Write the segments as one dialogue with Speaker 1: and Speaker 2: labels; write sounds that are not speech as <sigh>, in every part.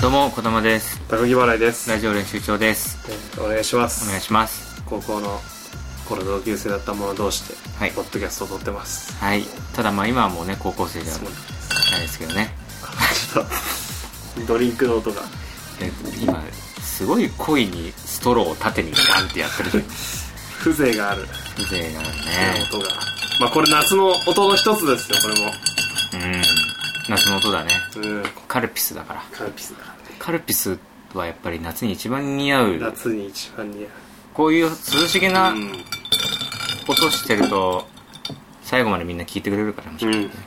Speaker 1: どうも児玉です
Speaker 2: 高木払いです
Speaker 1: ラジオ練習長です
Speaker 2: お願いしま
Speaker 1: お
Speaker 2: す
Speaker 1: 願いします
Speaker 2: 高校の頃同級生だった者同士で、
Speaker 1: はい
Speaker 2: ポッドキャストを撮ってます
Speaker 1: はいただまあ今はもうね高校生じゃ
Speaker 2: そう
Speaker 1: ないですけどね
Speaker 2: ちょっと <laughs> ドリンクの音が
Speaker 1: え今すごい故意にストローを縦にガンってやってる風
Speaker 2: 風情がある、
Speaker 1: 情がある
Speaker 2: 音がまあこれ夏の音の一つですよ
Speaker 1: ねうん夏の音だね
Speaker 2: これもうん
Speaker 1: カルピスだから
Speaker 2: カルピスだからね
Speaker 1: カルピスはやっぱり夏に一番似合う
Speaker 2: 夏に一番似
Speaker 1: こういう涼しげ
Speaker 2: 合
Speaker 1: な
Speaker 2: う
Speaker 1: 音してると最後までみんな聞いてくれるからもし
Speaker 2: う
Speaker 1: か
Speaker 2: ん、
Speaker 1: し
Speaker 2: う
Speaker 1: て
Speaker 2: ん、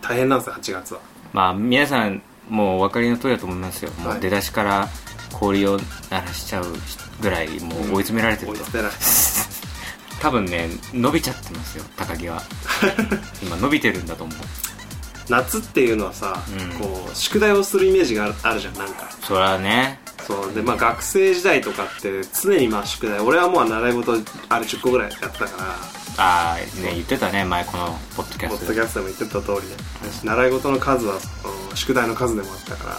Speaker 2: 大変なんですよ8月は
Speaker 1: まあ皆さんもうお分かりの通りだと思いますよ、も
Speaker 2: は
Speaker 1: う
Speaker 2: い
Speaker 1: 出だしから氷を鳴らしちゃうぐらいもう追い詰められて
Speaker 2: 追
Speaker 1: る
Speaker 2: い
Speaker 1: と、
Speaker 2: つめられて
Speaker 1: 多分ね伸びちゃってますよ高
Speaker 2: <laughs>
Speaker 1: 木は今伸びてるんだと思う
Speaker 2: 夏っていうのはさ、
Speaker 1: うん
Speaker 2: こう宿題をするイメージがあるあるじゃんなんか
Speaker 1: そらね
Speaker 2: そうでまあ学生時代とかって常にまあ宿題俺はもう習い事あれ10個ぐらいやったから
Speaker 1: ああね言ってたね前このポッドキャ
Speaker 2: ポ
Speaker 1: スト
Speaker 2: ッド
Speaker 1: で
Speaker 2: キャストでも言ってた通りで習い事の数はその宿題の数でもあったから、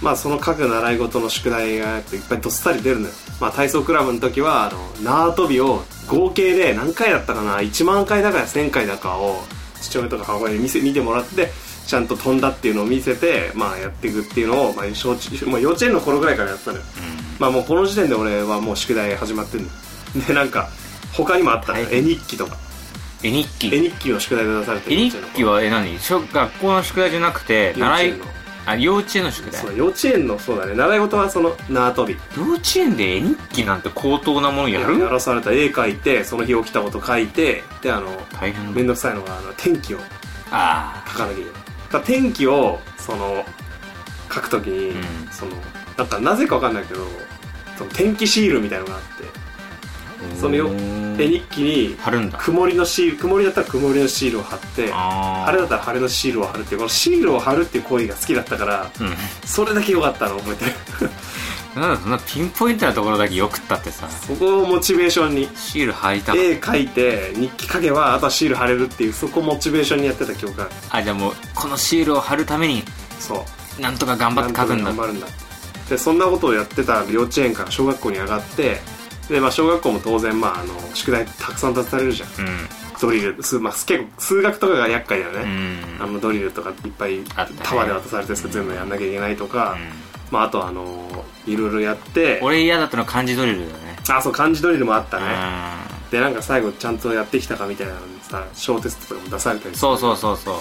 Speaker 2: まあその各習い事の宿題がやっぱいっぱいどっさり出るのよ、まあ、体操クラブの時はあの縄跳びを合計で何回だったかな1万回だか1000回だかを父親とか母親に見せ見てもらってちゃんと飛んだっていうのを見せて、まあ、やっていくっていうのを、まあ小中まあ、幼稚 <laughs> 園の頃ぐらいからやってたのよまあもうこの時点で俺はもう宿題始まってんのでなんか他にもあったのよ
Speaker 1: はい
Speaker 2: 絵日記とか
Speaker 1: うん絵日記
Speaker 2: 絵日記の宿題が出されて
Speaker 1: 絵日記
Speaker 2: は
Speaker 1: はえ何小学校の宿題じゃなくて
Speaker 2: 幼稚
Speaker 1: 習い
Speaker 2: 園の
Speaker 1: あ幼稚園の宿題
Speaker 2: そう幼稚園のそうだね習い事はその縄跳び
Speaker 1: 幼稚園で絵日記なんて高等なものやる
Speaker 2: らされた絵描いてその日起きたこと書いてであの
Speaker 1: 大変だ
Speaker 2: 面倒くさいのがあの天気を
Speaker 1: あ
Speaker 2: 書かなきゃいけないだから天気をその書くときに、
Speaker 1: うん
Speaker 2: そのなんかなぜかわかんないけどその天気シールみたいのが
Speaker 1: あ
Speaker 2: あそのよって絵日記に
Speaker 1: 貼るんだ
Speaker 2: 曇りのシール曇りだったら曇りのシールを貼って
Speaker 1: あ
Speaker 2: 晴れだったら晴れのシールを貼るっていうこのシールを貼るっていう行為が好きだったから
Speaker 1: うん
Speaker 2: それだけ良かったの覚えてる
Speaker 1: なんだそんなピンポイントなところだけよくったってさ
Speaker 2: そこをモチベーションに
Speaker 1: シール貼りたかっ
Speaker 2: 絵描いて日記書けばあとはシール貼れるっていうそこをモチベーションにやってた記憶がある
Speaker 1: たあじゃあもうこのシールを貼るために
Speaker 2: そう
Speaker 1: なんとか頑張って書くんだ
Speaker 2: 頑張るんだでそんなことをやってた幼稚園から小学校に上がってで、まあ、小学校も当然、まあ、あの宿題たくさん出されるじゃん
Speaker 1: う
Speaker 2: ドリル、すまあ、す結構数学とかが厄介だよ
Speaker 1: んう
Speaker 2: ね、
Speaker 1: ん
Speaker 2: あのドリルとかいっぱい
Speaker 1: あったね
Speaker 2: 束で渡されて全部やんなきゃいけないとか、
Speaker 1: う
Speaker 2: まあ、あとあのいろいろやって
Speaker 1: ん俺嫌だったの漢字ドリルだよね
Speaker 2: あそう漢字ドリルもあった
Speaker 1: う
Speaker 2: ね、
Speaker 1: ん
Speaker 2: でなんか最後ちゃんとやってきたかみたいなのにさ小テストとかも出されたり
Speaker 1: そうそう
Speaker 2: う
Speaker 1: そうそ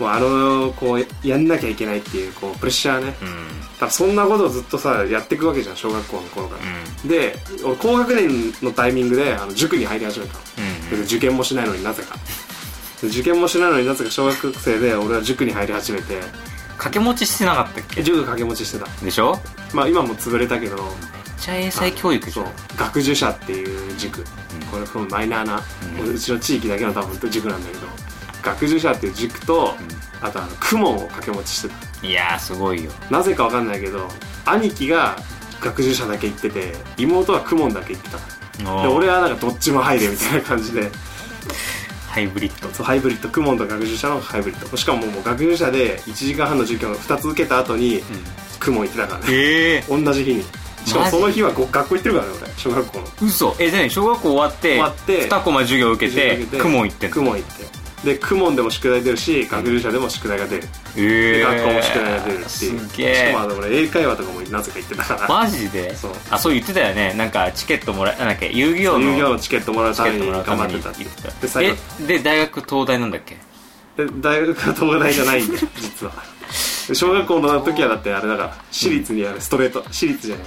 Speaker 1: う
Speaker 2: もうあのこうやんなきゃいけないっていうこうプレッシャーね
Speaker 1: うん
Speaker 2: だからそんなことをずっとさやっていくわけじゃん小学校の頃から、
Speaker 1: う
Speaker 2: で俺高学年のタイミングであの塾に入り始めたの、
Speaker 1: んう
Speaker 2: で
Speaker 1: ん
Speaker 2: 受験もしないのになぜかで受験もしないのになぜか小学生で俺は塾に入り始めて
Speaker 1: 掛け持ちしてなかったっけ
Speaker 2: 塾掛け持ちしてた
Speaker 1: でしょめっ
Speaker 2: まあ今も潰れたけど
Speaker 1: ちゃ英才教育じ
Speaker 2: そ
Speaker 1: ゃ
Speaker 2: うん学樹社っていう塾、これこのマイナーな、
Speaker 1: う
Speaker 2: うんちの地域だけの多分塾なんだけど学樹社っていう塾と、あとあの公文を掛け持ちしてた
Speaker 1: いやーすごいよ
Speaker 2: なぜかわかんないけど兄貴が学習者だけ行ってて妹は公文だけ行ってたで俺
Speaker 1: は
Speaker 2: はなんかどっちも入れみたいな感じで
Speaker 1: ハイブリッド
Speaker 2: そうハイブリッド公文と学習者のハイブリッドしかももう学習者で1時間半の授業を2つ受けた後に公文行ってたからね
Speaker 1: ええ
Speaker 2: 同じ日にしかも
Speaker 1: マジ
Speaker 2: その日はご学校行ってるからね俺小学校の
Speaker 1: 嘘えじゃあ小学校終わって
Speaker 2: 終わって
Speaker 1: 2コマ授業受けて公文行ってん
Speaker 2: 公
Speaker 1: の
Speaker 2: 文行ってで公文でも宿題出るし学習者でも宿題が出る
Speaker 1: ええ
Speaker 2: で学校も宿題が出るっていう
Speaker 1: すげ
Speaker 2: し
Speaker 1: え
Speaker 2: かもあの俺英会話とかもなぜか行ってたから
Speaker 1: マジで
Speaker 2: そう
Speaker 1: あそう言ってたよねなんかチケットもらえなんだっけ遊戯王
Speaker 2: 遊戯王
Speaker 1: の
Speaker 2: のチケットもらう
Speaker 1: チ
Speaker 2: た
Speaker 1: ケ
Speaker 2: め
Speaker 1: ット
Speaker 2: に
Speaker 1: もら
Speaker 2: 頑
Speaker 1: うた
Speaker 2: 張
Speaker 1: め
Speaker 2: っ
Speaker 1: に
Speaker 2: て
Speaker 1: 行
Speaker 2: た
Speaker 1: っ
Speaker 2: っていう
Speaker 1: てた
Speaker 2: で最
Speaker 1: え
Speaker 2: 後
Speaker 1: で大学東大なんだっけ
Speaker 2: で大学は東大じゃな
Speaker 1: <laughs>
Speaker 2: いんで実はで小学校の時はだってあれだから私立にあるストレート私立じゃない、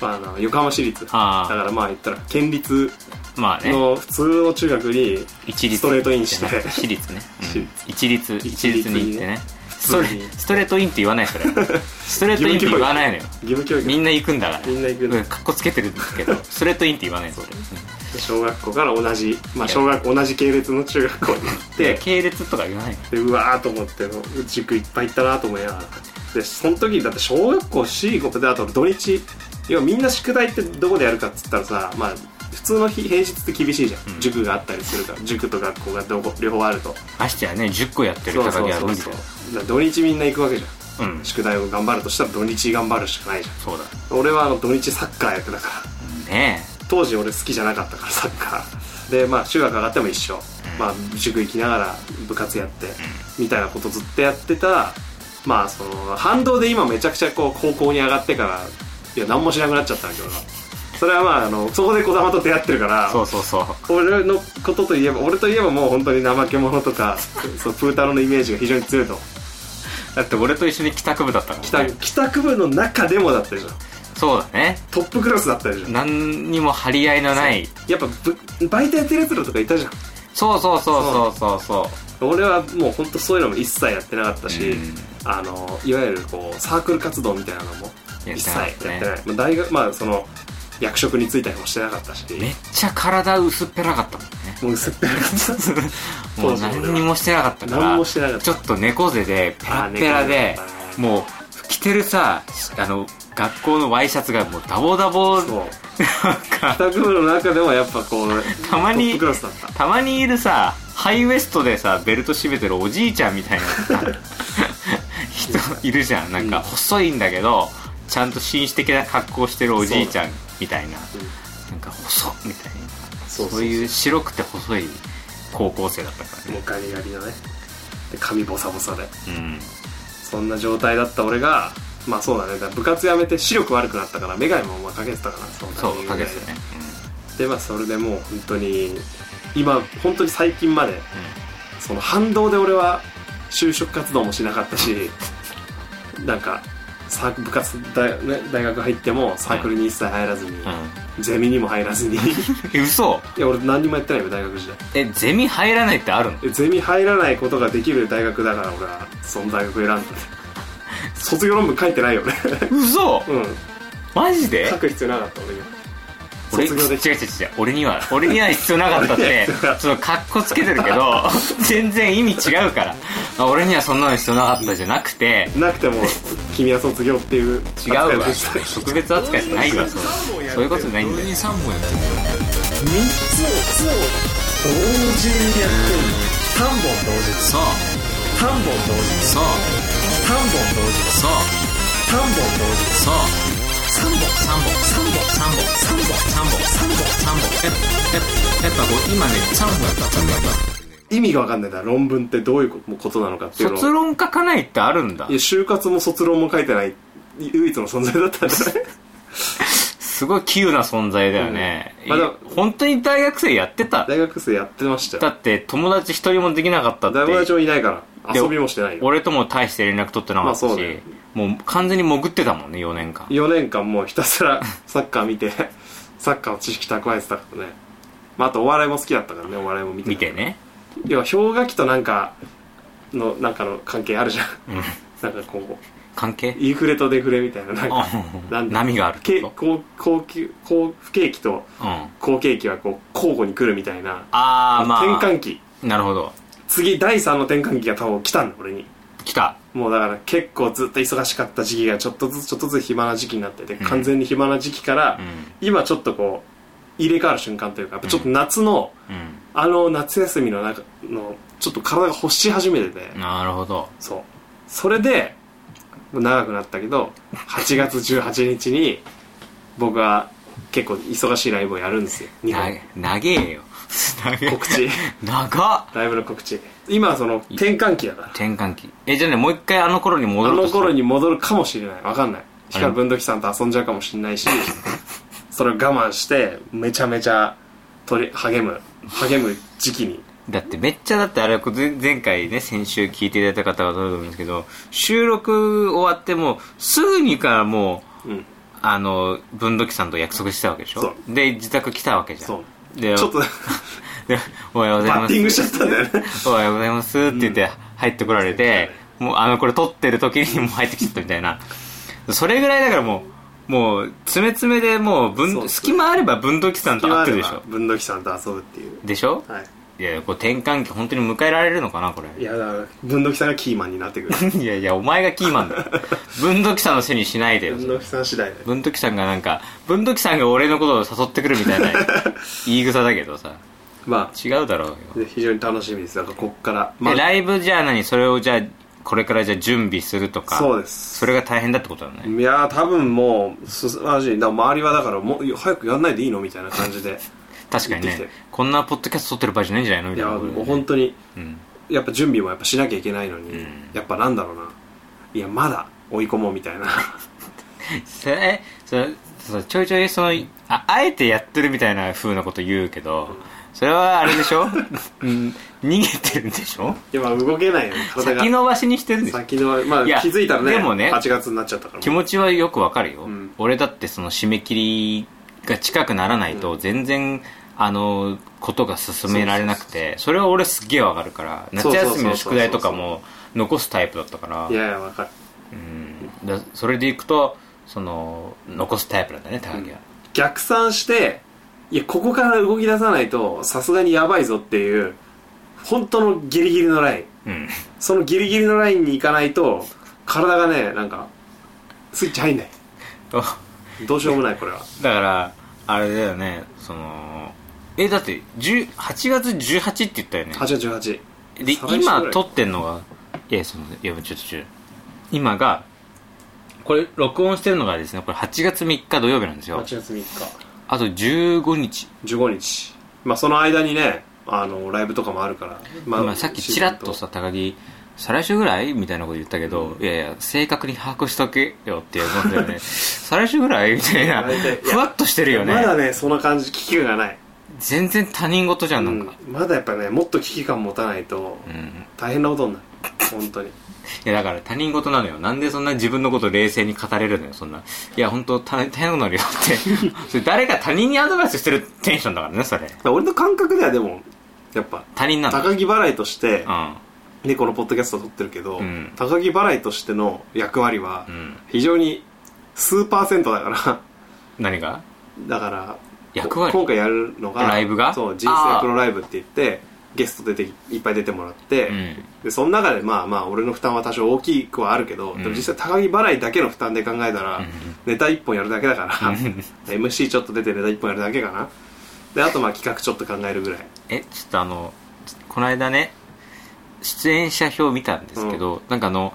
Speaker 2: まあ、あの横浜市立だか
Speaker 1: ああ
Speaker 2: らまあ言ったら県立
Speaker 1: まあね
Speaker 2: の普通の中学に
Speaker 1: 一律
Speaker 2: ストレートインして
Speaker 1: じゃなく私立ねうん
Speaker 2: 私立
Speaker 1: 一律一律に行ってねストレ
Speaker 2: 普通に
Speaker 1: ストレートインって言わない
Speaker 2: <laughs>
Speaker 1: それストレートインって言わないのよ
Speaker 2: 義務教育
Speaker 1: みんな行くんだから
Speaker 2: みんな行くの
Speaker 1: うんかっこつけてるんですけどストレートインって言わないそれうん
Speaker 2: 小学校から同じ、まあ、小学校同じ系列の中学校に行って
Speaker 1: で系列とか言わない
Speaker 2: でうわーと思って塾いっぱい行ったなと思いながらでその時だって小学校45であと土日要はみんな宿題ってどこでやるかっつったらさまあ普通の日平日って厳しいじゃん、
Speaker 1: うん
Speaker 2: 塾があったりするから塾と学校がどこ両方あると
Speaker 1: ましてやね10個やってる
Speaker 2: そう
Speaker 1: 高
Speaker 2: そう
Speaker 1: 木は
Speaker 2: そ
Speaker 1: 無
Speaker 2: う
Speaker 1: 理だ
Speaker 2: そう
Speaker 1: よ
Speaker 2: だから土日みんな行くわけじゃん
Speaker 1: うん
Speaker 2: 宿題を頑張るとしたら土日頑張るしかないじ
Speaker 1: そうだ
Speaker 2: ゃん俺はあの土日サッカー役だから
Speaker 1: ね
Speaker 2: 当時俺好きじゃなかったからサッカーでまあ中学上がっても一緒、まあ、塾行きながら部活やってみたいなことずっとやってたまあその反動で今めちゃくちゃこう高校に上がってからいや何もしなくなっちゃったわけ俺はそれはまああのそこで児玉と出会ってるから
Speaker 1: えそうそうそう
Speaker 2: 俺のことといえば俺といえばもう本当に怠け者
Speaker 1: <laughs>
Speaker 2: とかそうプータローのイメージが非常に強いと
Speaker 1: だって俺と一緒に帰宅部だったから、ね、
Speaker 2: 帰宅帰宅部の中でもだったじゃん
Speaker 1: そうだね
Speaker 2: トップクラスだったじゃん
Speaker 1: 何にも張り合いのない
Speaker 2: やっぱぶバイトやってるやつらとかいたじゃん
Speaker 1: そうそうそうそうそうそう
Speaker 2: 俺はもう本当そういうのも一切やってなかったし、
Speaker 1: うん
Speaker 2: あのいわゆるこうサークル活動みたいなのも
Speaker 1: やって
Speaker 2: 一切
Speaker 1: な
Speaker 2: や
Speaker 1: か
Speaker 2: っ
Speaker 1: ってたね
Speaker 2: ない、まあ、大学まあその役職に就いたりもしてなかったし、
Speaker 1: めっちゃ体薄っぺらかったもん
Speaker 2: <laughs>
Speaker 1: ね
Speaker 2: もう薄っぺらかった
Speaker 1: も
Speaker 2: そううそう
Speaker 1: 何にもして <laughs> なかったから
Speaker 2: 何もしてなかった
Speaker 1: ちょっと猫背でペラペラで
Speaker 2: あ猫背
Speaker 1: もう着てるさあの学校のワイシャツがもうダボダボなん
Speaker 2: そう
Speaker 1: か
Speaker 2: 帰宅部の中でもやっぱこう
Speaker 1: たまに
Speaker 2: トップクラスだった
Speaker 1: たまにいるさハイウエストでさベルト締めてるおじいちゃんみたいなさ
Speaker 2: <laughs>
Speaker 1: 人いるじゃんなんか
Speaker 2: うん
Speaker 1: 細いんだけどちゃんと紳士的な格好してるおじいちゃんみたいななんか細っみたいな
Speaker 2: そうそうそう
Speaker 1: そういう白くて細い高校生だったから
Speaker 2: も
Speaker 1: ね
Speaker 2: うガリガリのねで髪ボサボサで
Speaker 1: うん
Speaker 2: そんな状態だった俺がまあそうだねだから部活やめて視力悪くなったから眼鏡もまあかけてたからそのタイ
Speaker 1: そ
Speaker 2: ミ
Speaker 1: う
Speaker 2: ング
Speaker 1: か
Speaker 2: で
Speaker 1: けてたね
Speaker 2: でまあそれでもう本当に今本当に最近までその反動で俺は就職活動もしなかったしなんかサーク部活大,、ね、大学入ってもサークルに一切入らずに、
Speaker 1: うん、
Speaker 2: ゼミにも入
Speaker 1: <laughs>
Speaker 2: らずにい
Speaker 1: うん、え嘘
Speaker 2: や俺何にもやってないよ大学時代
Speaker 1: えゼミ入らないってあるの
Speaker 2: でゼミ入らないことができる大学だから俺はその大学選んだ
Speaker 1: <laughs>
Speaker 2: ね卒業論文書いてないよね
Speaker 1: 嘘
Speaker 2: うん
Speaker 1: マジで
Speaker 2: 書く必要なかった俺が
Speaker 1: 俺
Speaker 2: 卒業でき
Speaker 1: 違う違う違う俺には俺には必要なかったっ
Speaker 2: 俺には
Speaker 1: て
Speaker 2: 必要なかっ
Speaker 1: その格好つけてるけど全然意味違うからあ俺にはそんなの必要なかったじゃなくて
Speaker 2: なくても君は卒業っていう
Speaker 1: 違うわ
Speaker 2: <laughs> 扱いでした
Speaker 1: 特別扱いじゃないわそうそういうことじゃないんだよ
Speaker 3: 3本やって
Speaker 2: 3つを同時にやってる3本同時3本同時3本同時3本同時
Speaker 3: さあさあさあさあ3本3本3本3本3本3本3本3本ええやっぱこう今ね3本やった3本やった
Speaker 2: 意味が分かんないんだ論文ってどういうことなのかっていうのを
Speaker 1: 卒論書かないってあるんだ
Speaker 2: いや就活も卒論も書いてない唯一の存在だった
Speaker 1: <laughs>
Speaker 2: んじゃない
Speaker 1: すごい急な存在だよね、
Speaker 2: うんまあでも
Speaker 1: い本当に大学生やってた
Speaker 2: 大学生やってました
Speaker 1: だ
Speaker 2: よ
Speaker 1: って友達一人もできなかった
Speaker 2: 大
Speaker 1: っ
Speaker 2: 学
Speaker 1: て
Speaker 2: 上いないから
Speaker 1: で
Speaker 2: 遊びもしてないよ
Speaker 1: 俺とも大して連絡取ってなかったし、
Speaker 2: まあそうだよ
Speaker 1: もう完全に潜ってたもんね4年間
Speaker 2: 4年間もうひたすら <laughs> サッカー見てサッカーの知識蓄えてたからねまあ、あとお笑いも好きだったからねお笑いも見てた
Speaker 1: 見てね
Speaker 2: 要は氷河期となんかのなんかの関係あるじゃん
Speaker 1: うん
Speaker 2: なんかこう
Speaker 1: 関係
Speaker 2: インフレとデフレみたいななんか
Speaker 1: あ
Speaker 2: なんで
Speaker 1: 波があるって
Speaker 2: け
Speaker 1: こと
Speaker 2: 高高級高不景気と
Speaker 1: うんあ
Speaker 2: 好景気はこう交互に来るみたいな
Speaker 1: あーまあ
Speaker 2: 転換期
Speaker 1: なるほど
Speaker 2: 次第3の転換期が多分来たんだ俺に
Speaker 1: 来た
Speaker 2: もうだから結構ずっと忙しかった時期がちょっとずつちょっとずつ暇な時期になってて
Speaker 1: ん
Speaker 2: 完全に暇な時期から
Speaker 1: うん
Speaker 2: 今ちょっとこう入れ替わる瞬間というかやっぱちょっと夏の
Speaker 1: うん
Speaker 2: あの夏休みの中のちょっと体が欲し始めてて
Speaker 1: なるほど
Speaker 2: そうそれでもう長くなったけど8月18日に僕は結構忙しいライブをやるんですよ日
Speaker 1: な
Speaker 2: 本
Speaker 1: 長えよ長え
Speaker 2: 告知
Speaker 1: <laughs> 長っ
Speaker 2: ライブの告知今はその転換期だから
Speaker 1: 転換期えじゃあねもう一回あの頃に戻ろ
Speaker 2: あ
Speaker 1: うと
Speaker 2: の
Speaker 1: してる
Speaker 2: 頃に戻るかもしれないわかんない
Speaker 1: あれ
Speaker 2: 光文土器さんと遊んじゃうかもしれないし <laughs> それを我慢してめちゃめちゃ取り励む励む時期に
Speaker 1: だってめっちゃだってあれ前前回ね先週聞いていただいた方はどう思うんですけど収録終わってもうすぐにからもう
Speaker 2: うん
Speaker 1: あの文土器さんと約束してたわけでし
Speaker 2: そ
Speaker 1: ょ
Speaker 2: う
Speaker 1: で自宅来たわけじゃん
Speaker 2: そ
Speaker 1: で
Speaker 2: うちょっと
Speaker 1: でおはようござい
Speaker 2: バ
Speaker 1: ま
Speaker 2: ッティング
Speaker 1: す
Speaker 2: しちゃったんだよね
Speaker 1: おはようございますって言って入ってこられて、もうあのこれ撮ってる時にもう入ってきちゃったみたいなそれぐらいだからもうもう詰め詰めでもう
Speaker 2: そう
Speaker 1: 分
Speaker 2: そう
Speaker 1: 隙間あれば文土器さんと会ってるでしょ
Speaker 2: 文土器さんと遊ぶっていう
Speaker 1: でしょ
Speaker 2: はい
Speaker 1: いやこう転換期本当に迎えられるのかなこれ
Speaker 2: いやだから文土器さんがキーマンになってくる
Speaker 1: <laughs> いやいや、お前がキーマン
Speaker 2: <laughs>
Speaker 1: だよ。文土器さんのせいにしないでよ。
Speaker 2: 文土器さん次第で
Speaker 1: 文土器さんがなんか、文土器さんが俺のことを誘ってくるみたい
Speaker 2: <laughs>
Speaker 1: な言い草だけどさ、
Speaker 2: ま
Speaker 1: 違うだろうよ。
Speaker 2: あで非常に楽しみですだからこっから
Speaker 1: で、
Speaker 2: まあ
Speaker 1: ライブじゃあ何それをじゃあ、これからじゃあ準備するとか
Speaker 2: そうです
Speaker 1: それが大変だってことだね
Speaker 2: いやー多分もうすまじいだから周りはだからもう早くやんないでいいのみたいな感じで
Speaker 1: 確かに
Speaker 2: 行って
Speaker 1: ね
Speaker 2: きて
Speaker 1: こんなポッドキャスト撮ってる場合じゃないんじゃないのみ
Speaker 2: い
Speaker 1: たい
Speaker 2: や
Speaker 1: なことだよね
Speaker 2: もう本当に
Speaker 1: うん
Speaker 2: やっぱ準備もやっぱしなきゃいけないのに、
Speaker 1: うん
Speaker 2: やっぱなんだろうないやまだ追い込もうみたいな
Speaker 1: それえそれそれちょいちょいそのああえてやってるみたいな風なこと言うけどそれはあれでしょ、 <laughs> うん、逃げてるんでしょ
Speaker 2: 今動けないよね体が
Speaker 1: 先延ばしにしてるんでしょ
Speaker 2: 先のまあ
Speaker 1: いや
Speaker 2: 気づいたらね
Speaker 1: でもね
Speaker 2: 8月になっちゃったから
Speaker 1: 気持ちはよくわかるよ、
Speaker 2: うん
Speaker 1: 俺だってその締め切りが近くならないと全然、あのことが進められなくてそれは俺すっげえわかるから夏
Speaker 2: そうそうそうそう
Speaker 1: 休みの宿題とかも残すタイプだったから
Speaker 2: いやいやわかる
Speaker 1: うんだそれでいくとその残すタイプなんだね高木は、
Speaker 2: 逆算していやここから動き出さないとさすがにやばいぞっていう本当のギリギリのライ
Speaker 1: う
Speaker 2: ン
Speaker 1: ん、 <laughs>
Speaker 2: そのギリギリのラインに行かないと体がねなんかスイッチ入んない
Speaker 1: だ
Speaker 2: どうしようもないこれは
Speaker 1: <laughs> からあれだよねそのえだって10 8月18って言ったよね
Speaker 2: 8月18
Speaker 1: で
Speaker 2: 再来週ぐらい
Speaker 1: 今撮ってんのがいやそのいやちょっとちょっと今がこれ録音してるのがですねこれ8月3日土曜日なんですよ
Speaker 2: 8月3日
Speaker 1: あと15日
Speaker 2: 15日まあその間にねあのライブとかもあるから、まあ
Speaker 1: 今さっきちらっとさ高木再来週ぐらいみたいなこと言ったけど、いやいや正確に把握しとけよっていうもんだ
Speaker 2: <laughs>
Speaker 1: よね再来週ぐらいみたいな
Speaker 2: 大体いや
Speaker 1: ふわっとしてるよね
Speaker 2: まだねそんな感じ危機感がない
Speaker 1: 全然他人事じゃんなんか、
Speaker 2: うんまだやっぱねもっと危機感持たないと
Speaker 1: うん
Speaker 2: 大変なことになる本当に
Speaker 1: いやだから他人事なのよなんでそんな自分のこと冷静に語れるのよそんないや本当た大変なのよって <laughs> それ誰か他人にアドバイスしてるテンションだからねそれ
Speaker 2: 俺の感覚ではでもやっぱ
Speaker 1: 他人なの
Speaker 2: 高木払いとして
Speaker 1: うん
Speaker 2: ねこのポッドキャストを撮ってるけど、
Speaker 1: うん
Speaker 2: 高木払いとしての役割は
Speaker 1: うん
Speaker 2: 非常に数パーセントだから <laughs>
Speaker 1: 何が
Speaker 2: だから
Speaker 1: 役割
Speaker 2: こ今回やるのが
Speaker 1: ライブが
Speaker 2: そう人生プロライブって言ってゲスト出ていっぱい出てもらって、
Speaker 1: うん
Speaker 2: でその中でまあまあ俺の負担は多少大きくはあるけど、
Speaker 1: ん
Speaker 2: でも実際高木払いだけの負担で考えたら、
Speaker 1: うん
Speaker 2: ネタ1本やるだけだから、 <laughs>
Speaker 1: うん
Speaker 2: MC ちょっと出てネタ1本やるだけかなであとまあ企画ちょっと考えるぐらい
Speaker 1: えちょっとあのこの間ね出演者表見たんですけど、なんかあの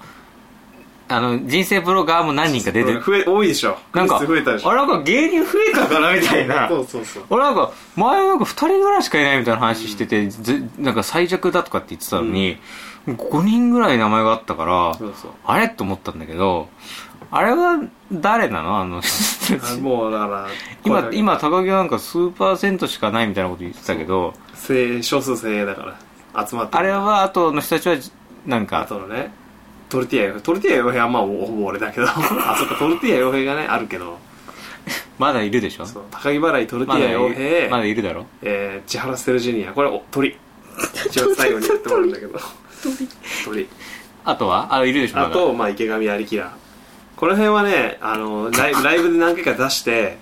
Speaker 1: あの人生ブロガーも何人か出てる
Speaker 2: 増え多いでしょ
Speaker 1: なんか
Speaker 2: 確実増えたでしょ
Speaker 1: あれなんか芸人増えたかなみたいな
Speaker 2: そうそうそう
Speaker 1: 俺なんか前なんか2人ぐらいしかいないみたいな話してて、ずなんか最弱だとかって言ってたのに、5人ぐらい名前があったから、
Speaker 2: そうそう
Speaker 1: あれと思ったんだけどあれは誰なのあの
Speaker 2: あもうだから
Speaker 1: <laughs> 今
Speaker 2: 今
Speaker 1: 今高木はなんか数パーセントしかないみたいなこと言ってたけど
Speaker 2: 精鋭少数精鋭だから集まって
Speaker 1: あれはあとの人たちはなん
Speaker 2: あ
Speaker 1: か
Speaker 2: とのねトルティーヤトルティーヤ洋平はまあほぼ俺だけ
Speaker 1: <laughs>
Speaker 2: どあそっかトルティーヤ洋平がねあるけど
Speaker 1: まだいるでしょ
Speaker 2: そう高木払いトルテ
Speaker 1: ま
Speaker 2: ィー
Speaker 1: だ
Speaker 2: ヤ
Speaker 1: い
Speaker 2: 洋
Speaker 1: る
Speaker 2: 平、
Speaker 1: まだいるだろ
Speaker 2: えー、千原ステルジュニアこれお鳥一応最後にやってもらうんだけど鳥
Speaker 1: あとはあいるでしょまだ
Speaker 2: あと、まあ、池上有キラこの辺はねあのライ
Speaker 1: <laughs>
Speaker 2: ライブで何回か出して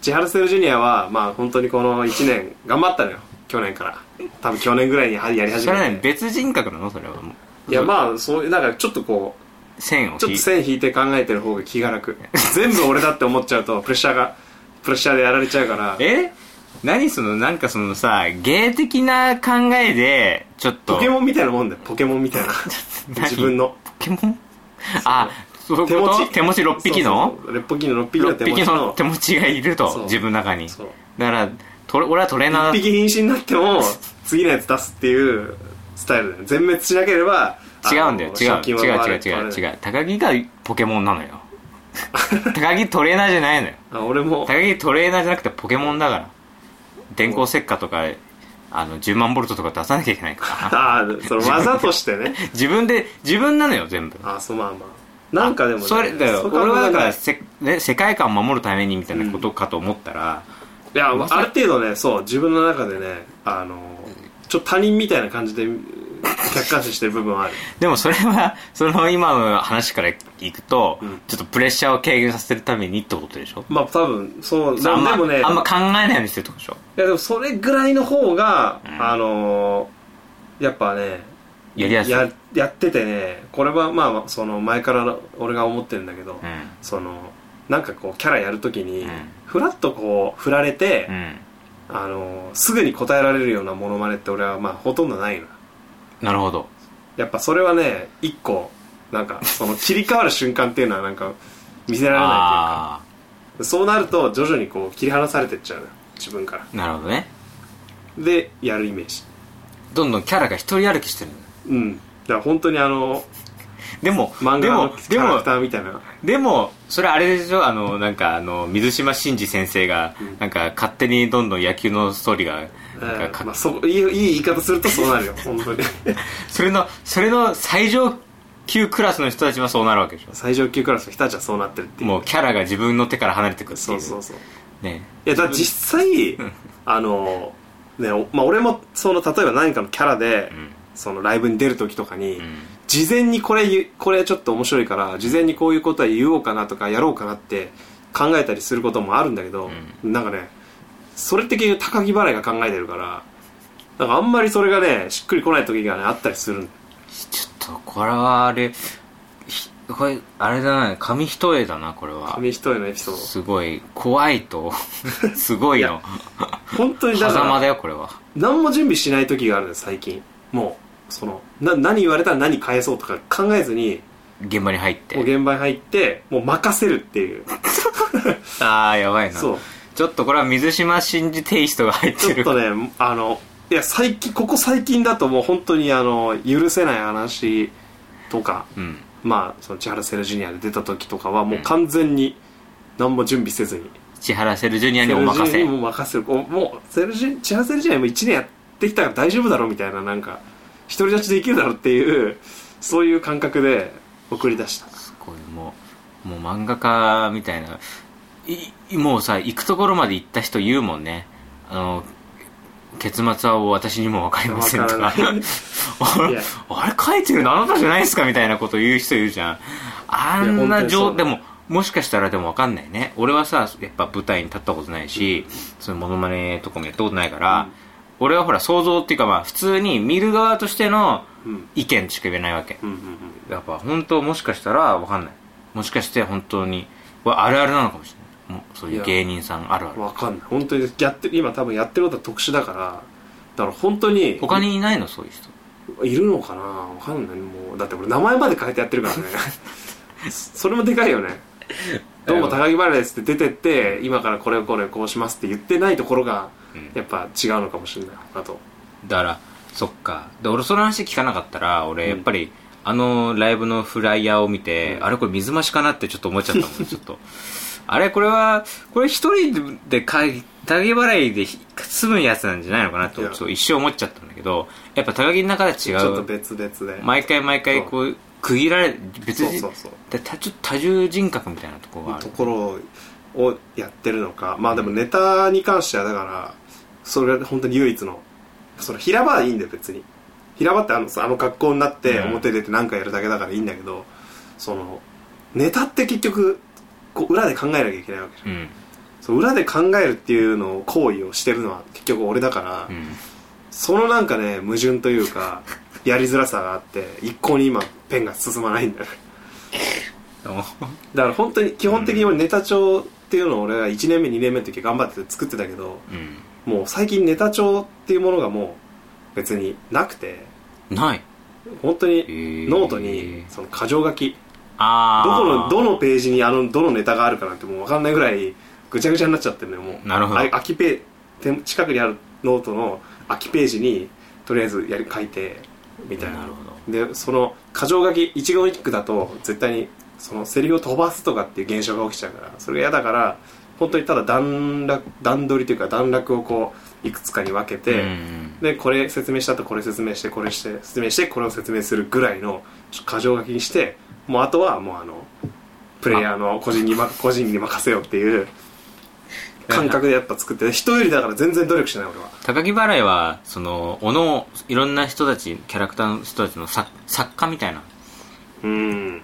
Speaker 2: 千原セルジュニアはまあ本当にこの1年頑張ったのよ去年から多分去年ぐらいにやり始
Speaker 1: それは
Speaker 2: め
Speaker 1: ね
Speaker 2: て
Speaker 1: 別人格なのそれはもう
Speaker 2: い
Speaker 1: い
Speaker 2: やまあそういうなんかちょっとこう
Speaker 1: 線を
Speaker 2: ちょっ
Speaker 1: 引
Speaker 2: と
Speaker 1: い
Speaker 2: 線引いて考えてる方が気が楽全部俺だって思っちゃうとプレッシャーがプレッシャーでやられちゃうから
Speaker 1: え何そのなんかそのさ芸的な考えでちょっと
Speaker 2: ポケモンみたいなもんだよポケモンみたいな自分の
Speaker 1: ポケモンあそういうこと手持ち6匹の
Speaker 2: そうそうそうレッポキの6匹の
Speaker 1: 6
Speaker 2: 手持
Speaker 1: 匹
Speaker 2: ち
Speaker 1: の
Speaker 2: の
Speaker 1: 手持ちがいる
Speaker 2: そう
Speaker 1: と自分の中にだ
Speaker 2: そ
Speaker 1: か
Speaker 2: う
Speaker 1: らトレ俺はトレーナー
Speaker 2: 一匹瀕死になっても次のやつ出すっていうスタイルだよ全滅しなければ
Speaker 1: 違うんだよ違う違う違う違う違
Speaker 2: う
Speaker 1: う高木がポケモンなの
Speaker 2: <laughs>
Speaker 1: よ高木トレーナーじゃないのよ
Speaker 2: あ俺も
Speaker 1: 高木トレーナーじゃなくてポケモンだから電光石火とかあの10万ボルトとか出さなきゃいけないから
Speaker 2: <laughs> ああその技とし
Speaker 1: <laughs>
Speaker 2: てね
Speaker 1: 自分で自分なのよ全部
Speaker 2: ああそうまあまあなんかでもね
Speaker 1: それだよ
Speaker 2: そう考え
Speaker 1: 俺はだから
Speaker 2: い
Speaker 1: せ、ね、世界観を守るためにみたいなことかと思ったら、
Speaker 2: やある程度ねそう自分の中でねあのちょっと他人みたいな感じで客観視してる部分
Speaker 1: <laughs>
Speaker 2: はある
Speaker 1: でもそれは <laughs> その今の話からいくと、
Speaker 2: うん
Speaker 1: ちょっとプレッシャーを軽減させるためにってことでしょ
Speaker 2: まあ多分そうで
Speaker 1: あんま
Speaker 2: もね
Speaker 1: あんま考えないようにしてるってことでしょ
Speaker 2: いやでもそれぐらいの方が、あのーやっぱね
Speaker 1: やりやすい
Speaker 2: ややっててねこれはまあその前から俺が思ってるんだけど、
Speaker 1: う
Speaker 2: そのなんかこうキャラやるときに、
Speaker 1: うん
Speaker 2: ふらっとこう振られて、
Speaker 1: んうん
Speaker 2: あのーすぐに答えられるようなモノマネって俺はまあほとんどないな
Speaker 1: なるほど
Speaker 2: やっぱそれはね一個なんかその切り替わる瞬間っていうのはなんか見せられないというか
Speaker 1: あ
Speaker 2: そうなると徐々にこう切り離されてっちゃうのよ自分から
Speaker 1: あなるほどね
Speaker 2: でやるイメージ
Speaker 1: どんどんキャラが一人歩きしてる
Speaker 2: うんだから本当にあの
Speaker 1: でも
Speaker 2: 漫
Speaker 1: で
Speaker 2: 画の
Speaker 1: も
Speaker 2: キ
Speaker 1: で
Speaker 2: ャラ
Speaker 1: も
Speaker 2: クターみたいな
Speaker 1: でもそれあれでしょあのなんかあの水島新司先生がなんか勝手にどんどん野球のストーリーが
Speaker 2: え
Speaker 1: なん
Speaker 2: ー
Speaker 1: か
Speaker 2: まあ、
Speaker 1: か
Speaker 2: そういいいい言い方するとそうなるよ本
Speaker 1: <laughs>
Speaker 2: 当に
Speaker 1: それのそれの最上級クラスの人たちはそうなるわけでし
Speaker 2: 最上級クラスの人たちはそうなってるって
Speaker 1: ょ
Speaker 2: いう
Speaker 1: もうキャラが自分の手から離れてくってい
Speaker 2: そう
Speaker 1: う
Speaker 2: そうそう
Speaker 1: ね
Speaker 2: いやだから実際あのねおまあ、俺もその例えば何かのキャラで、
Speaker 1: うん
Speaker 2: そのライブに出る時とかに、
Speaker 1: うん
Speaker 2: 事前にこれ言うこれちょっと面白いから事前にこういうことは言おうかなとかやろうかなって考えたりすることもあるんだけど、なんかねそれって結局高木払いが考えてるからなんかあんまりそれがねしっくりこない時がねあったりするんだ
Speaker 1: ちょっとこれはあれひこれあれだな紙一重だなこれは
Speaker 2: 紙一重のエピソー
Speaker 1: すごい怖い
Speaker 2: <laughs>
Speaker 1: とすごいの
Speaker 2: ド本当にだか
Speaker 1: 狭間だ
Speaker 2: ら
Speaker 1: よこれは
Speaker 2: 何も準備しない時があるんです最近もうそのな何言われたら何返そうとか考えずに
Speaker 1: 現場に入って
Speaker 2: もう現場に入ってもう任せるっていう
Speaker 1: ああやばいな
Speaker 2: そう
Speaker 1: ちょっとこれは水島新司テイストが入っ
Speaker 2: ち
Speaker 1: て
Speaker 2: ょっ
Speaker 1: る
Speaker 2: とね、あの、いや、最近、ここ最近だともう本当にあの、許せない話とか、
Speaker 1: うん
Speaker 2: まあ、その千原セルジュニアで出た時とかはもう完全に何も準備せずに。
Speaker 1: 千原セルジュニアにお任
Speaker 2: セル
Speaker 1: せ
Speaker 2: ジュニアにも任せる。おもう、セルジュ、千原セルジュニアも1年やってきたから大丈夫だろうみたいな、なんか、独り立ちできるだろうっていう、そういう感覚で送り出した。
Speaker 1: すごいもうもう漫画家みたいないもうさ行くところまで行った人言うもんねあの結末は私にも分かりませんと
Speaker 2: わ
Speaker 1: か <laughs>
Speaker 2: からない
Speaker 1: あ
Speaker 2: いや
Speaker 1: れあれ書いてるのあなたじゃないですかみたいなこと言う人いるじゃんあん
Speaker 2: いや本当
Speaker 1: な
Speaker 2: にそう
Speaker 1: 状でももしかしたらでも分かんないね俺はさやっぱ舞台に立ったことないし、そういうモノマネとかもやったことないから、
Speaker 2: うん
Speaker 1: 俺はほら想像っていうかまあ普通に見る側としての
Speaker 2: うん。
Speaker 1: 意見しか言えないわけ、
Speaker 2: うんうんうん。
Speaker 1: やっぱ本当もしかしたらわかんないもしかして本当にわあるあるなのかもしれないもうそういう芸人さんあるある
Speaker 2: わかんない。本当にやって、今多分やってることは特殊だから、だから本当に。
Speaker 1: 他にいないのそういう人
Speaker 2: いるのかなわかんないもうだって俺名前まで変えてやってるからねそれもでかいよねどうも高木原ですって出てって今からこれこれこうしますって言ってないところが
Speaker 1: うん
Speaker 2: やっぱ違うのかもしれないあと
Speaker 1: だからそっかで俺その話聞かなかったら俺やっぱり、あのライブのフライヤーを見て、
Speaker 2: うん
Speaker 1: あれこれ水増しかなってちょっと思っちゃったもんちょっとあれこれはこれ一人でか高木払いでひ済むやつなんじゃないのかなと
Speaker 2: いや
Speaker 1: そう一生思っちゃったんだけどやっぱ高木の中では違
Speaker 2: ちょっと
Speaker 1: う
Speaker 2: 別々で
Speaker 1: 毎回毎回こう区切られ別
Speaker 2: そう
Speaker 1: に
Speaker 2: そうそう
Speaker 1: でたちょっと多重人格みたいなところがある
Speaker 2: ところをやってるのかまあでもネタに関してはだからそれが本当に唯一のその平場はいいんだよ別に平場ってあのさあの格好になって
Speaker 1: うん
Speaker 2: 表出て何かやるだけだからいいんだけど、そのネタって結局こう裏で考えなきゃいけないわけじゃん
Speaker 1: うん、
Speaker 2: そう裏で考えるっていうのを行為をしてるのは結局俺だから、
Speaker 1: うん、
Speaker 2: そのなんかね矛盾というかやりづらさがあって一向に今ペンが進まないんだよね
Speaker 1: でも
Speaker 2: だから本当に基本的に俺ネタ帳っていうのを俺は1年目2年目の時頑張って作ってたけど
Speaker 1: うん
Speaker 2: もう最近ネタ帳っていうものがもう別になくて
Speaker 1: ない
Speaker 2: 本当に
Speaker 1: ー
Speaker 2: ノートにその箇条書きど
Speaker 1: ああ
Speaker 2: このどのページにあのどのネタがあるかなんてもう分かんないぐらいぐちゃぐちゃになっちゃってるのよもう
Speaker 1: なるほど
Speaker 2: あ空きページ近くにあるノートの空きページにとりあえずやり書いてみたいな
Speaker 1: なるほど
Speaker 2: でその箇条書き一行一句だと絶対にそのセリフを飛ばすとかっていう現象が起きちゃうからそれが嫌だから本当にただ段落段取りというか段落をこういくつかに分けて、
Speaker 1: うん
Speaker 2: でこれ説明したとこれ説明してこれして説明してこれを説明するぐらいの箇条書きにしてもうあとはもうあのプレイヤーの個人に,、ま、個人に任せようっていう感覚でやっぱ作って人よりだから全然努力しない俺は
Speaker 1: 高木払いはそのおのいろんな人たちキャラクターの人たちの作作家みたいな
Speaker 2: うん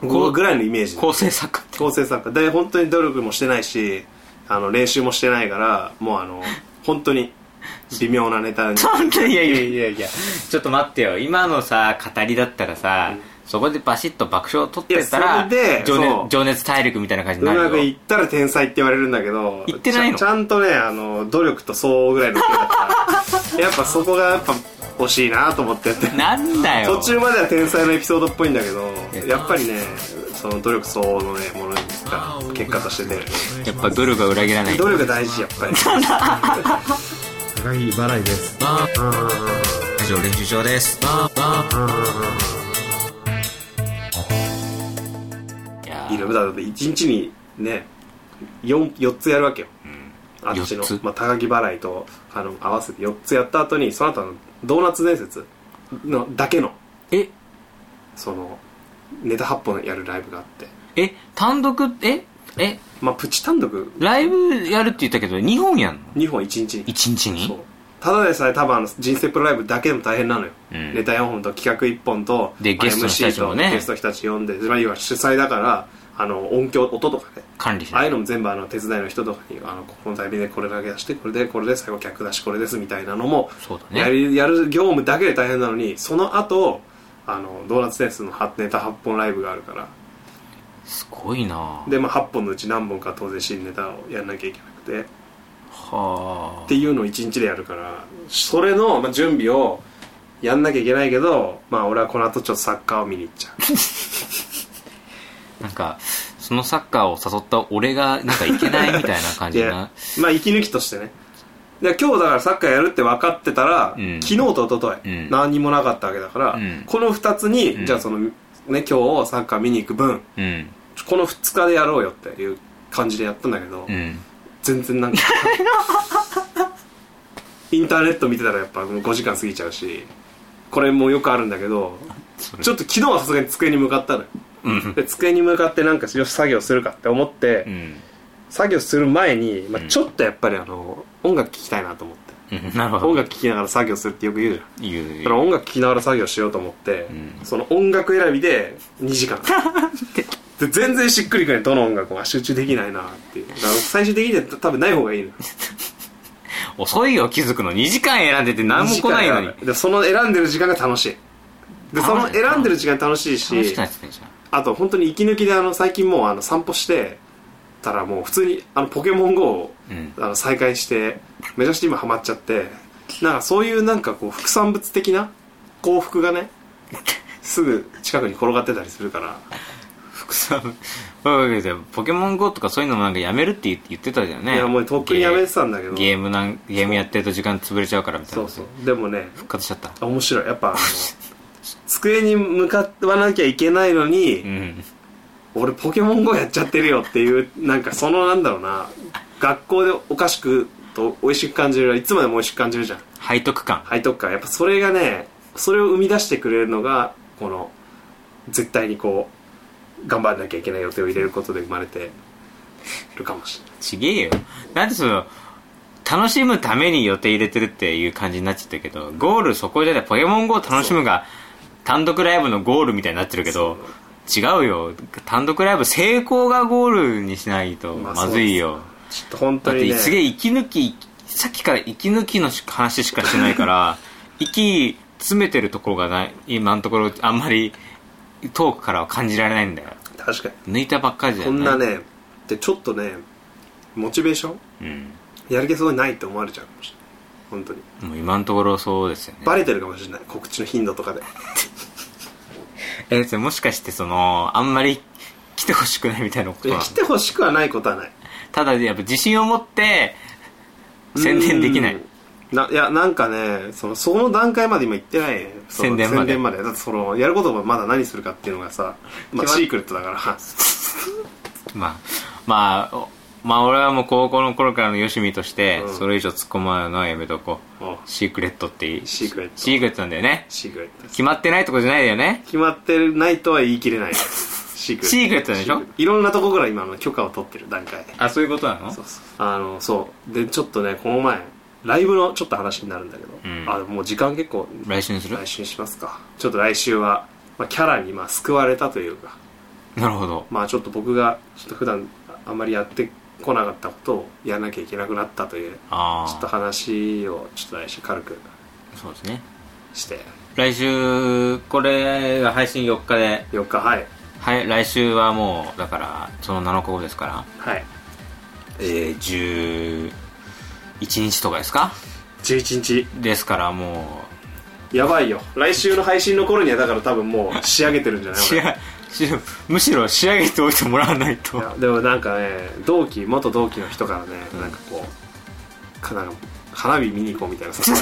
Speaker 2: こうぐらいのイメージ
Speaker 1: 構成作家
Speaker 2: 構成作家で本当に努力もしてないしあの練習もしてないからもうあの本当に微妙なネタに
Speaker 1: なんでいやいやいやいやちょっと待ってよ今のさ語りだったらさ、そこでバシッと爆笑を取ってたら
Speaker 2: いやそれで
Speaker 1: 情
Speaker 2: そう
Speaker 1: 熱情熱大陸みたいな感じ
Speaker 2: う
Speaker 1: になるよ
Speaker 2: まくいったら天才って言われるんだけど
Speaker 1: 言ってないの
Speaker 2: ちゃちゃんとねあの努力と相応ぐらいの勢いだからやっぱそこがやっぱ惜しいなと思ってやって
Speaker 1: なんだよ
Speaker 2: 途中までは天才のエピソードっぽいんだけど
Speaker 1: え
Speaker 2: やっぱりねその努力相応のねものが結果として出る
Speaker 1: やっぱ努力は裏切らない
Speaker 2: 努力大事やっ
Speaker 1: <laughs>
Speaker 2: ぱり
Speaker 4: 高木払いです
Speaker 1: 以上練習場ですいや
Speaker 2: い
Speaker 1: ー
Speaker 2: るだって一日にね 4, 四つやるわけよ、あっちの
Speaker 1: 四つ、
Speaker 2: まあ、高木払いとあの合わせて4つやった後にその後あのドーナツ伝説のだけの
Speaker 1: え
Speaker 2: そのネタ8本やるライブがあって
Speaker 1: え単独ええ
Speaker 2: まあプチ単独
Speaker 1: ライブやるって言ったけど2本やんの
Speaker 2: 2本1日に
Speaker 1: 1日に
Speaker 2: そうただでさえ多分あの人生プロライブだけでも大変なのよ、
Speaker 1: うん
Speaker 2: ネタ4本と企画1本と
Speaker 1: で
Speaker 2: まあ
Speaker 1: ゲストの人た
Speaker 2: MC
Speaker 1: ちも
Speaker 2: と
Speaker 1: ね
Speaker 2: ゲストの人たち呼んで、まあ、要は主催だからあの音響音とかね
Speaker 1: 管理し
Speaker 2: ああ
Speaker 1: ないいう
Speaker 2: のも全部あの手伝いの人とかにあのここのタイミングでこれだけ出してこれでこれで最後客出しこれですみたいなのも
Speaker 1: そうだね
Speaker 2: やりやる業務だけで大変なのにその後あのドーナツセンスのはネタ8本ライブがあるから
Speaker 1: すごいな
Speaker 2: で、まあ、8本のうち何本か当然新ネタをやんなきゃいけなくて
Speaker 1: は
Speaker 2: っ
Speaker 1: あ
Speaker 2: ていうのを1日でやるからそれのまあ準備をやんなきゃいけないけどまあ俺はこの後ちょっとサッカーを見に行っちゃう
Speaker 1: なんかそのサッカーを誘った俺がなんかいけないみたいな感
Speaker 2: い
Speaker 1: じ
Speaker 2: や
Speaker 1: な
Speaker 2: まあ息抜きとしてねで今日だからサッカーやるって分かってたら、
Speaker 1: うん
Speaker 2: 昨日と一昨日、
Speaker 1: うん
Speaker 2: 何にもなかったわけだから、
Speaker 1: うん
Speaker 2: この2つに、
Speaker 1: うん
Speaker 2: じゃあそのね今日サッカー見に行く分
Speaker 1: うん
Speaker 2: この2日でやろうよっていう感じでやったんだけど、
Speaker 1: うん
Speaker 2: 全然
Speaker 1: <laughs>
Speaker 2: なんかインターネット見てたらやっぱもう5時間過ぎちゃうしこれもよくあるんだけど
Speaker 1: それ
Speaker 2: ちょっと昨日はさすがに机に向かったのよ
Speaker 1: うん
Speaker 2: で机に向かってなんかよし作業するかって思って、
Speaker 1: うん
Speaker 2: 作業する前に、まあ
Speaker 1: うん
Speaker 2: ちょっとやっぱりあの音楽聴きたいなと思って
Speaker 1: うんなるほ
Speaker 2: 音
Speaker 1: ど
Speaker 2: 楽聴きながら作業するってよく言うじゃん
Speaker 1: 言う
Speaker 2: だから音楽聴きながら作業しようと思って、
Speaker 1: ん
Speaker 2: その音楽選びで2
Speaker 1: <laughs>
Speaker 2: 時間で全然しっくりくれんどの音楽もあ集中できないなっていうだから最終的には多分ない方がいいのよ
Speaker 1: 遅いよ気づくの2時間選んでて何も来ないのに
Speaker 2: でその選んでる時間が楽しいでその選んでる時間楽しいし
Speaker 1: 楽しくなっちゃってんじゃん
Speaker 2: あと本当に息抜きであの最近もうあの散歩してたらもう普通にあのポケモン GO を
Speaker 1: うん
Speaker 2: あの再開してめちゃくちゃ今ハマっちゃってなんかそういうなんかこう副産物的な幸福
Speaker 1: <laughs>
Speaker 2: がねすぐ近くに転がってたりするから
Speaker 1: 副産物ポケモン GO とかそういうのもなんかやめるって言言ってたじゃんね
Speaker 2: いやもうとっくにやめてたんだけ
Speaker 1: ゲ
Speaker 2: ど
Speaker 1: ーゲームなんゲームやってると時間潰れちゃうからみたい
Speaker 2: そ
Speaker 1: な
Speaker 2: うそうでもね
Speaker 1: 復活しちゃった
Speaker 2: 面白いや
Speaker 1: <laughs>
Speaker 2: っぱあの机に向かわなきゃいけないのに、
Speaker 1: うん
Speaker 2: 俺ポケモン GO やっちゃってるよっていうなんかそのなんだろうな学校でおかしくと美味しく感じるいつまでも美味しく感じるじゃん
Speaker 1: 背徳感
Speaker 2: 背徳感やっぱそれがねそれを生み出してくれるのがこの絶対にこう頑張らなきゃいけない予定を入れることで生まれてるかもしれない
Speaker 1: ちげえよなんでその楽しむために予定入れてるっていう感じになっちゃったけどゴールそこじゃないポケモン GO を楽しむが単独ライブのゴールみたいになってるけど違うよ単独ライブ成功がゴールにしないと
Speaker 2: まあ
Speaker 1: まずいよ、
Speaker 2: ちょっと本
Speaker 1: だ
Speaker 2: 当
Speaker 1: っ
Speaker 2: に
Speaker 1: て
Speaker 2: ね
Speaker 1: すげえ息抜きさっきから息抜きのし話しかしてないから
Speaker 2: <laughs>
Speaker 1: 息詰めてるところがない今のところあんまり遠くからは感じられないんだよ
Speaker 2: 確か
Speaker 1: 抜いたばっかりじ
Speaker 2: に
Speaker 1: ゃ
Speaker 2: こ
Speaker 1: ない
Speaker 2: んなねでちょっとねモチベーション
Speaker 1: うん
Speaker 2: やる気すごいないって思われちゃうかもしれない本当に
Speaker 1: もう今のところそうですよね
Speaker 2: バレてるかもしれない告知の頻度とかで
Speaker 1: えそれもしかしてそのあんまり来てほしくないみたいなこと
Speaker 2: いや
Speaker 1: は
Speaker 2: 来てほしくはないことはない
Speaker 1: ただやっぱ自信を持って宣伝できな
Speaker 2: う
Speaker 1: い
Speaker 2: んないやなんかねそのその段階まで今行ってないねその
Speaker 1: 宣伝まで
Speaker 2: 宣伝までだってそのやることもまだ何するかっていうのがさ、まあ、
Speaker 1: 決まっ
Speaker 2: シークレットだから <laughs>
Speaker 1: まあまあおまあ俺はもう高校の頃からのよしみとして、
Speaker 2: うん
Speaker 1: それ以上突っ込まないのはやめとこう
Speaker 2: お
Speaker 1: シークレットっていい
Speaker 2: シークレット
Speaker 1: シークレットなんだよね
Speaker 2: シークレットです
Speaker 1: 決まってないとこじゃないだよね
Speaker 2: 決まってないとは言い切れないシークレット
Speaker 1: シークレットでしょ
Speaker 2: シークレットいろんなとこから今の許可を取ってる段階
Speaker 1: あそういうことなの
Speaker 2: そうそうあのそうでちょっとねこの前ライブのちょっと話になるんだけど、
Speaker 1: うん
Speaker 2: あもう時間結構
Speaker 1: 来週にする
Speaker 2: 来週にしますかちょっと来週は、まあ、キャラにまあ救われたというか
Speaker 1: なるほど
Speaker 2: まあちょっと僕がちょっと普段あんまりやってこなかったことをやらなきゃいけなくなったという
Speaker 1: あ
Speaker 2: ちょっと
Speaker 1: あ
Speaker 2: 話をちょっと来週軽く
Speaker 1: そうですね
Speaker 2: して
Speaker 1: 来週これが配信4日で、
Speaker 2: 4日はい
Speaker 1: はい、来週はもうだからその7日後ですから
Speaker 2: はい
Speaker 1: えー、11日とかですか
Speaker 2: 11日
Speaker 1: ですからもう
Speaker 2: やばいよ来週の配信の頃にはだから多分もう <laughs> 仕上げてるんじゃない
Speaker 1: し
Speaker 2: 俺
Speaker 1: やしむしろ仕上げておいてもらわないと
Speaker 2: いやでもなんかね同期元同期の人からね、なんかこうかなんか花火見に行こうみたいなさ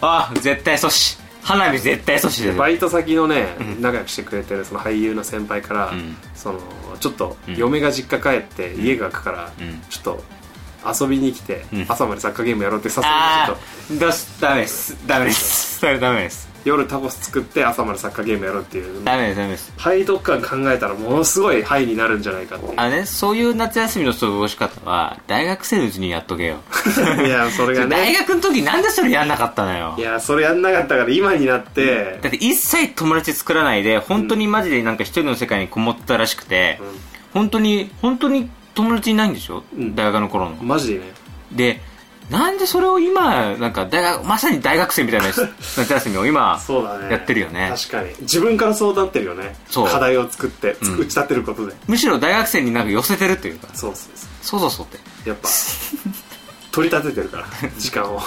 Speaker 1: あ絶対阻止花火絶対阻止です
Speaker 2: バイト先のね仲良くしてくれてるその俳優の先輩から、
Speaker 1: ん
Speaker 2: そのちょっと
Speaker 1: ん
Speaker 2: 嫁が実家帰って家が空くから、
Speaker 1: ん
Speaker 2: ちょっと遊びに来て、
Speaker 1: ん
Speaker 2: 朝までサッカーゲームやろうってさ
Speaker 1: あ
Speaker 2: すがにちょっ
Speaker 1: あ
Speaker 2: と
Speaker 1: どうすダメですダメですそれダメです
Speaker 2: 夜タコス作って朝までサッカーゲームやろうっていう
Speaker 1: ダメですダメです
Speaker 2: 背徳感考えたらものすごいハイになるんじゃないかっていう
Speaker 1: あのねそういう夏休みの過ごし方は大学生のうちにやっとけよ
Speaker 2: <laughs> いやそれが
Speaker 1: 大
Speaker 2: ね
Speaker 1: 学の時なんでそれやんなかったのよ
Speaker 2: いやそれやんなかったから今になって、
Speaker 1: だって一切友達作らないで本当にマジでなんか一人の世界にこもってたらしくて、
Speaker 2: ん
Speaker 1: 本当に本当に友達いないんでしょ、
Speaker 2: うん
Speaker 1: 大学の頃の
Speaker 2: マジでね
Speaker 1: でなんでそれを今なんか大学まさに大学生みたいな夏休みを今
Speaker 2: そうだね
Speaker 1: やってるよね
Speaker 2: 確かに自分からそうなってるよね
Speaker 1: そう
Speaker 2: 課題を作って、つ
Speaker 1: うん
Speaker 2: 打ち立てることで
Speaker 1: むしろ大学生になんか寄せてるというか
Speaker 2: そうそうそ
Speaker 1: そうそうそうって
Speaker 2: うやっぱ取り立てて
Speaker 1: <laughs>
Speaker 2: るから時間を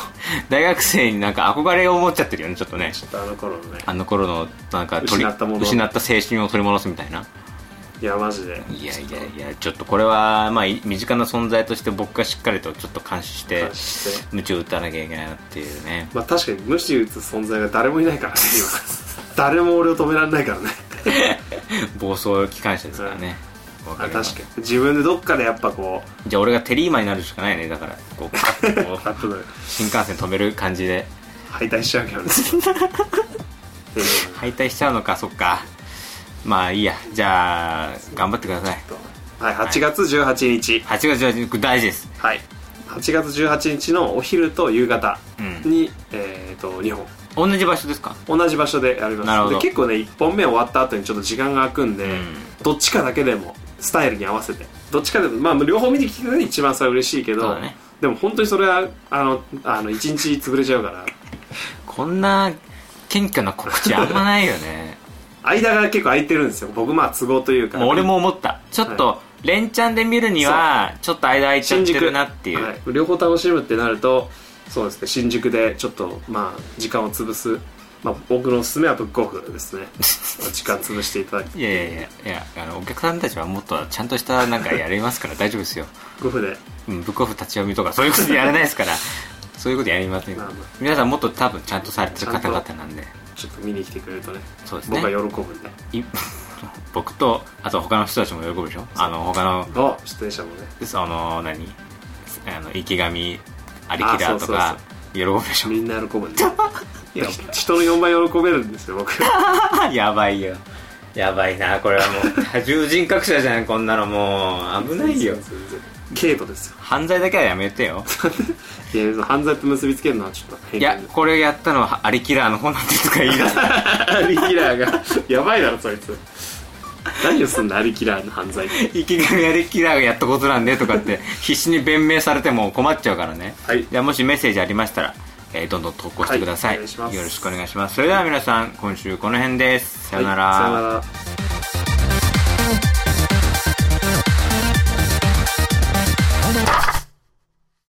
Speaker 1: 大学生になんか憧れを持っちゃってるよねちょっとね
Speaker 2: ちょっとあの頃のね
Speaker 1: あの頃のなんか取り
Speaker 2: 失ったもの
Speaker 1: 失った青春を取り戻すみたいない
Speaker 2: やマジで
Speaker 1: いやいやいやちょっとこれはまあい身近な存在として僕がしっかりとちょっと監視して
Speaker 2: 監視して
Speaker 1: 鞭を打たなきゃいけないなっていうね
Speaker 2: まあ確かに無視打つ存在が誰もいないから
Speaker 1: <laughs>
Speaker 2: ね今誰も俺を止められないからね
Speaker 1: 暴走機関車ですからね、わ
Speaker 2: あ
Speaker 1: かり
Speaker 2: 確
Speaker 1: ま
Speaker 2: か
Speaker 1: す
Speaker 2: に自分でどっかでやっぱこ
Speaker 1: じゃあ俺がテリーマになるしかないねだからこうパッとこ
Speaker 2: う
Speaker 1: う
Speaker 2: カットで
Speaker 1: 新幹線止める感じで
Speaker 2: 敗退しちゃうけどね
Speaker 1: <laughs>
Speaker 2: っていう
Speaker 1: 敗退しちゃうのかそっかまあいいやじゃあ頑張ってください
Speaker 2: はい8月18日
Speaker 1: 8月18日大事です
Speaker 2: はい8月18日のお昼と夕方
Speaker 1: うん
Speaker 2: に、えー、と2本
Speaker 1: 同じ場所ですか
Speaker 2: 同じ場所でやり
Speaker 1: なる
Speaker 2: ま
Speaker 1: ほ
Speaker 2: す
Speaker 1: ど
Speaker 2: で結構ね1本目終わった後にちょっと時間が空くんで、
Speaker 1: うん
Speaker 2: どっちかだけでもスタイルに合わせてどっちかでもまあ両方見てきてくれる一番それは嬉しいけ
Speaker 1: そう
Speaker 2: ど、
Speaker 1: だね
Speaker 2: でも本当にそれはあのあの1日潰れちゃうから
Speaker 1: こんな謙虚な告知あんまないよね
Speaker 2: 間が結構空いてるんですよ僕まあ都合という
Speaker 1: <laughs>
Speaker 2: か
Speaker 1: もう俺も思ったちょっと、連チャンで見るにはちょっと間空いちゃってるなっていう、
Speaker 2: はい両方楽しむってなるとそうですね新宿でちょっとまあ時間を潰す、まあ、僕のおすすめはブックオフです
Speaker 1: <laughs>
Speaker 2: ね時間潰していただき
Speaker 1: いやいやいやいやあのお客さんたちはもっとちゃんとしたなんかやれますから大丈夫ですよ、
Speaker 2: ブックオフで
Speaker 1: うん、ブックオフ立ち読みとかそういうことやらないですから <laughs> そういうことやりませんよ
Speaker 2: まあまあ
Speaker 1: 皆さんもっと多分ちゃんとされてる方々なんで
Speaker 2: ちょっと見に来てくれるとね
Speaker 1: そうですね
Speaker 2: 僕は喜ぶんで
Speaker 1: い <laughs> 僕とあと他の人たちも喜ぶでしょあの他の
Speaker 2: お出演者もね
Speaker 1: その何あの池上アリキラーと
Speaker 2: あ
Speaker 1: か
Speaker 2: そう
Speaker 1: 喜ぶでしょ
Speaker 2: みんな喜ぶんでいや人の4倍喜べるんですよ僕
Speaker 1: <laughs> やばいよやばいなこれはもう多重人格者じゃんこんなのもう危ないよ
Speaker 2: 全然軽度ですよ
Speaker 1: 犯罪だけはやめて <laughs> よ
Speaker 2: いや犯罪と結びつけるのはちょっと
Speaker 1: い
Speaker 2: 偏
Speaker 1: や
Speaker 2: 見です
Speaker 1: これやったのはアリキラーの方なんてとか言い出す
Speaker 2: アリキラーがやばいだろそいつ何をすんだアリキラーの犯罪って
Speaker 1: 池上アリキラーがやったことなんでとか <laughs> って必死に弁明されても困っちゃうからね、
Speaker 2: はい
Speaker 1: じゃあもしメッセージありましたら、えーどんどん投稿してください,、
Speaker 2: はいお願いします
Speaker 1: よろしくお願いしますそれでは皆さん今週この辺ですさよなら、
Speaker 2: はいさよなら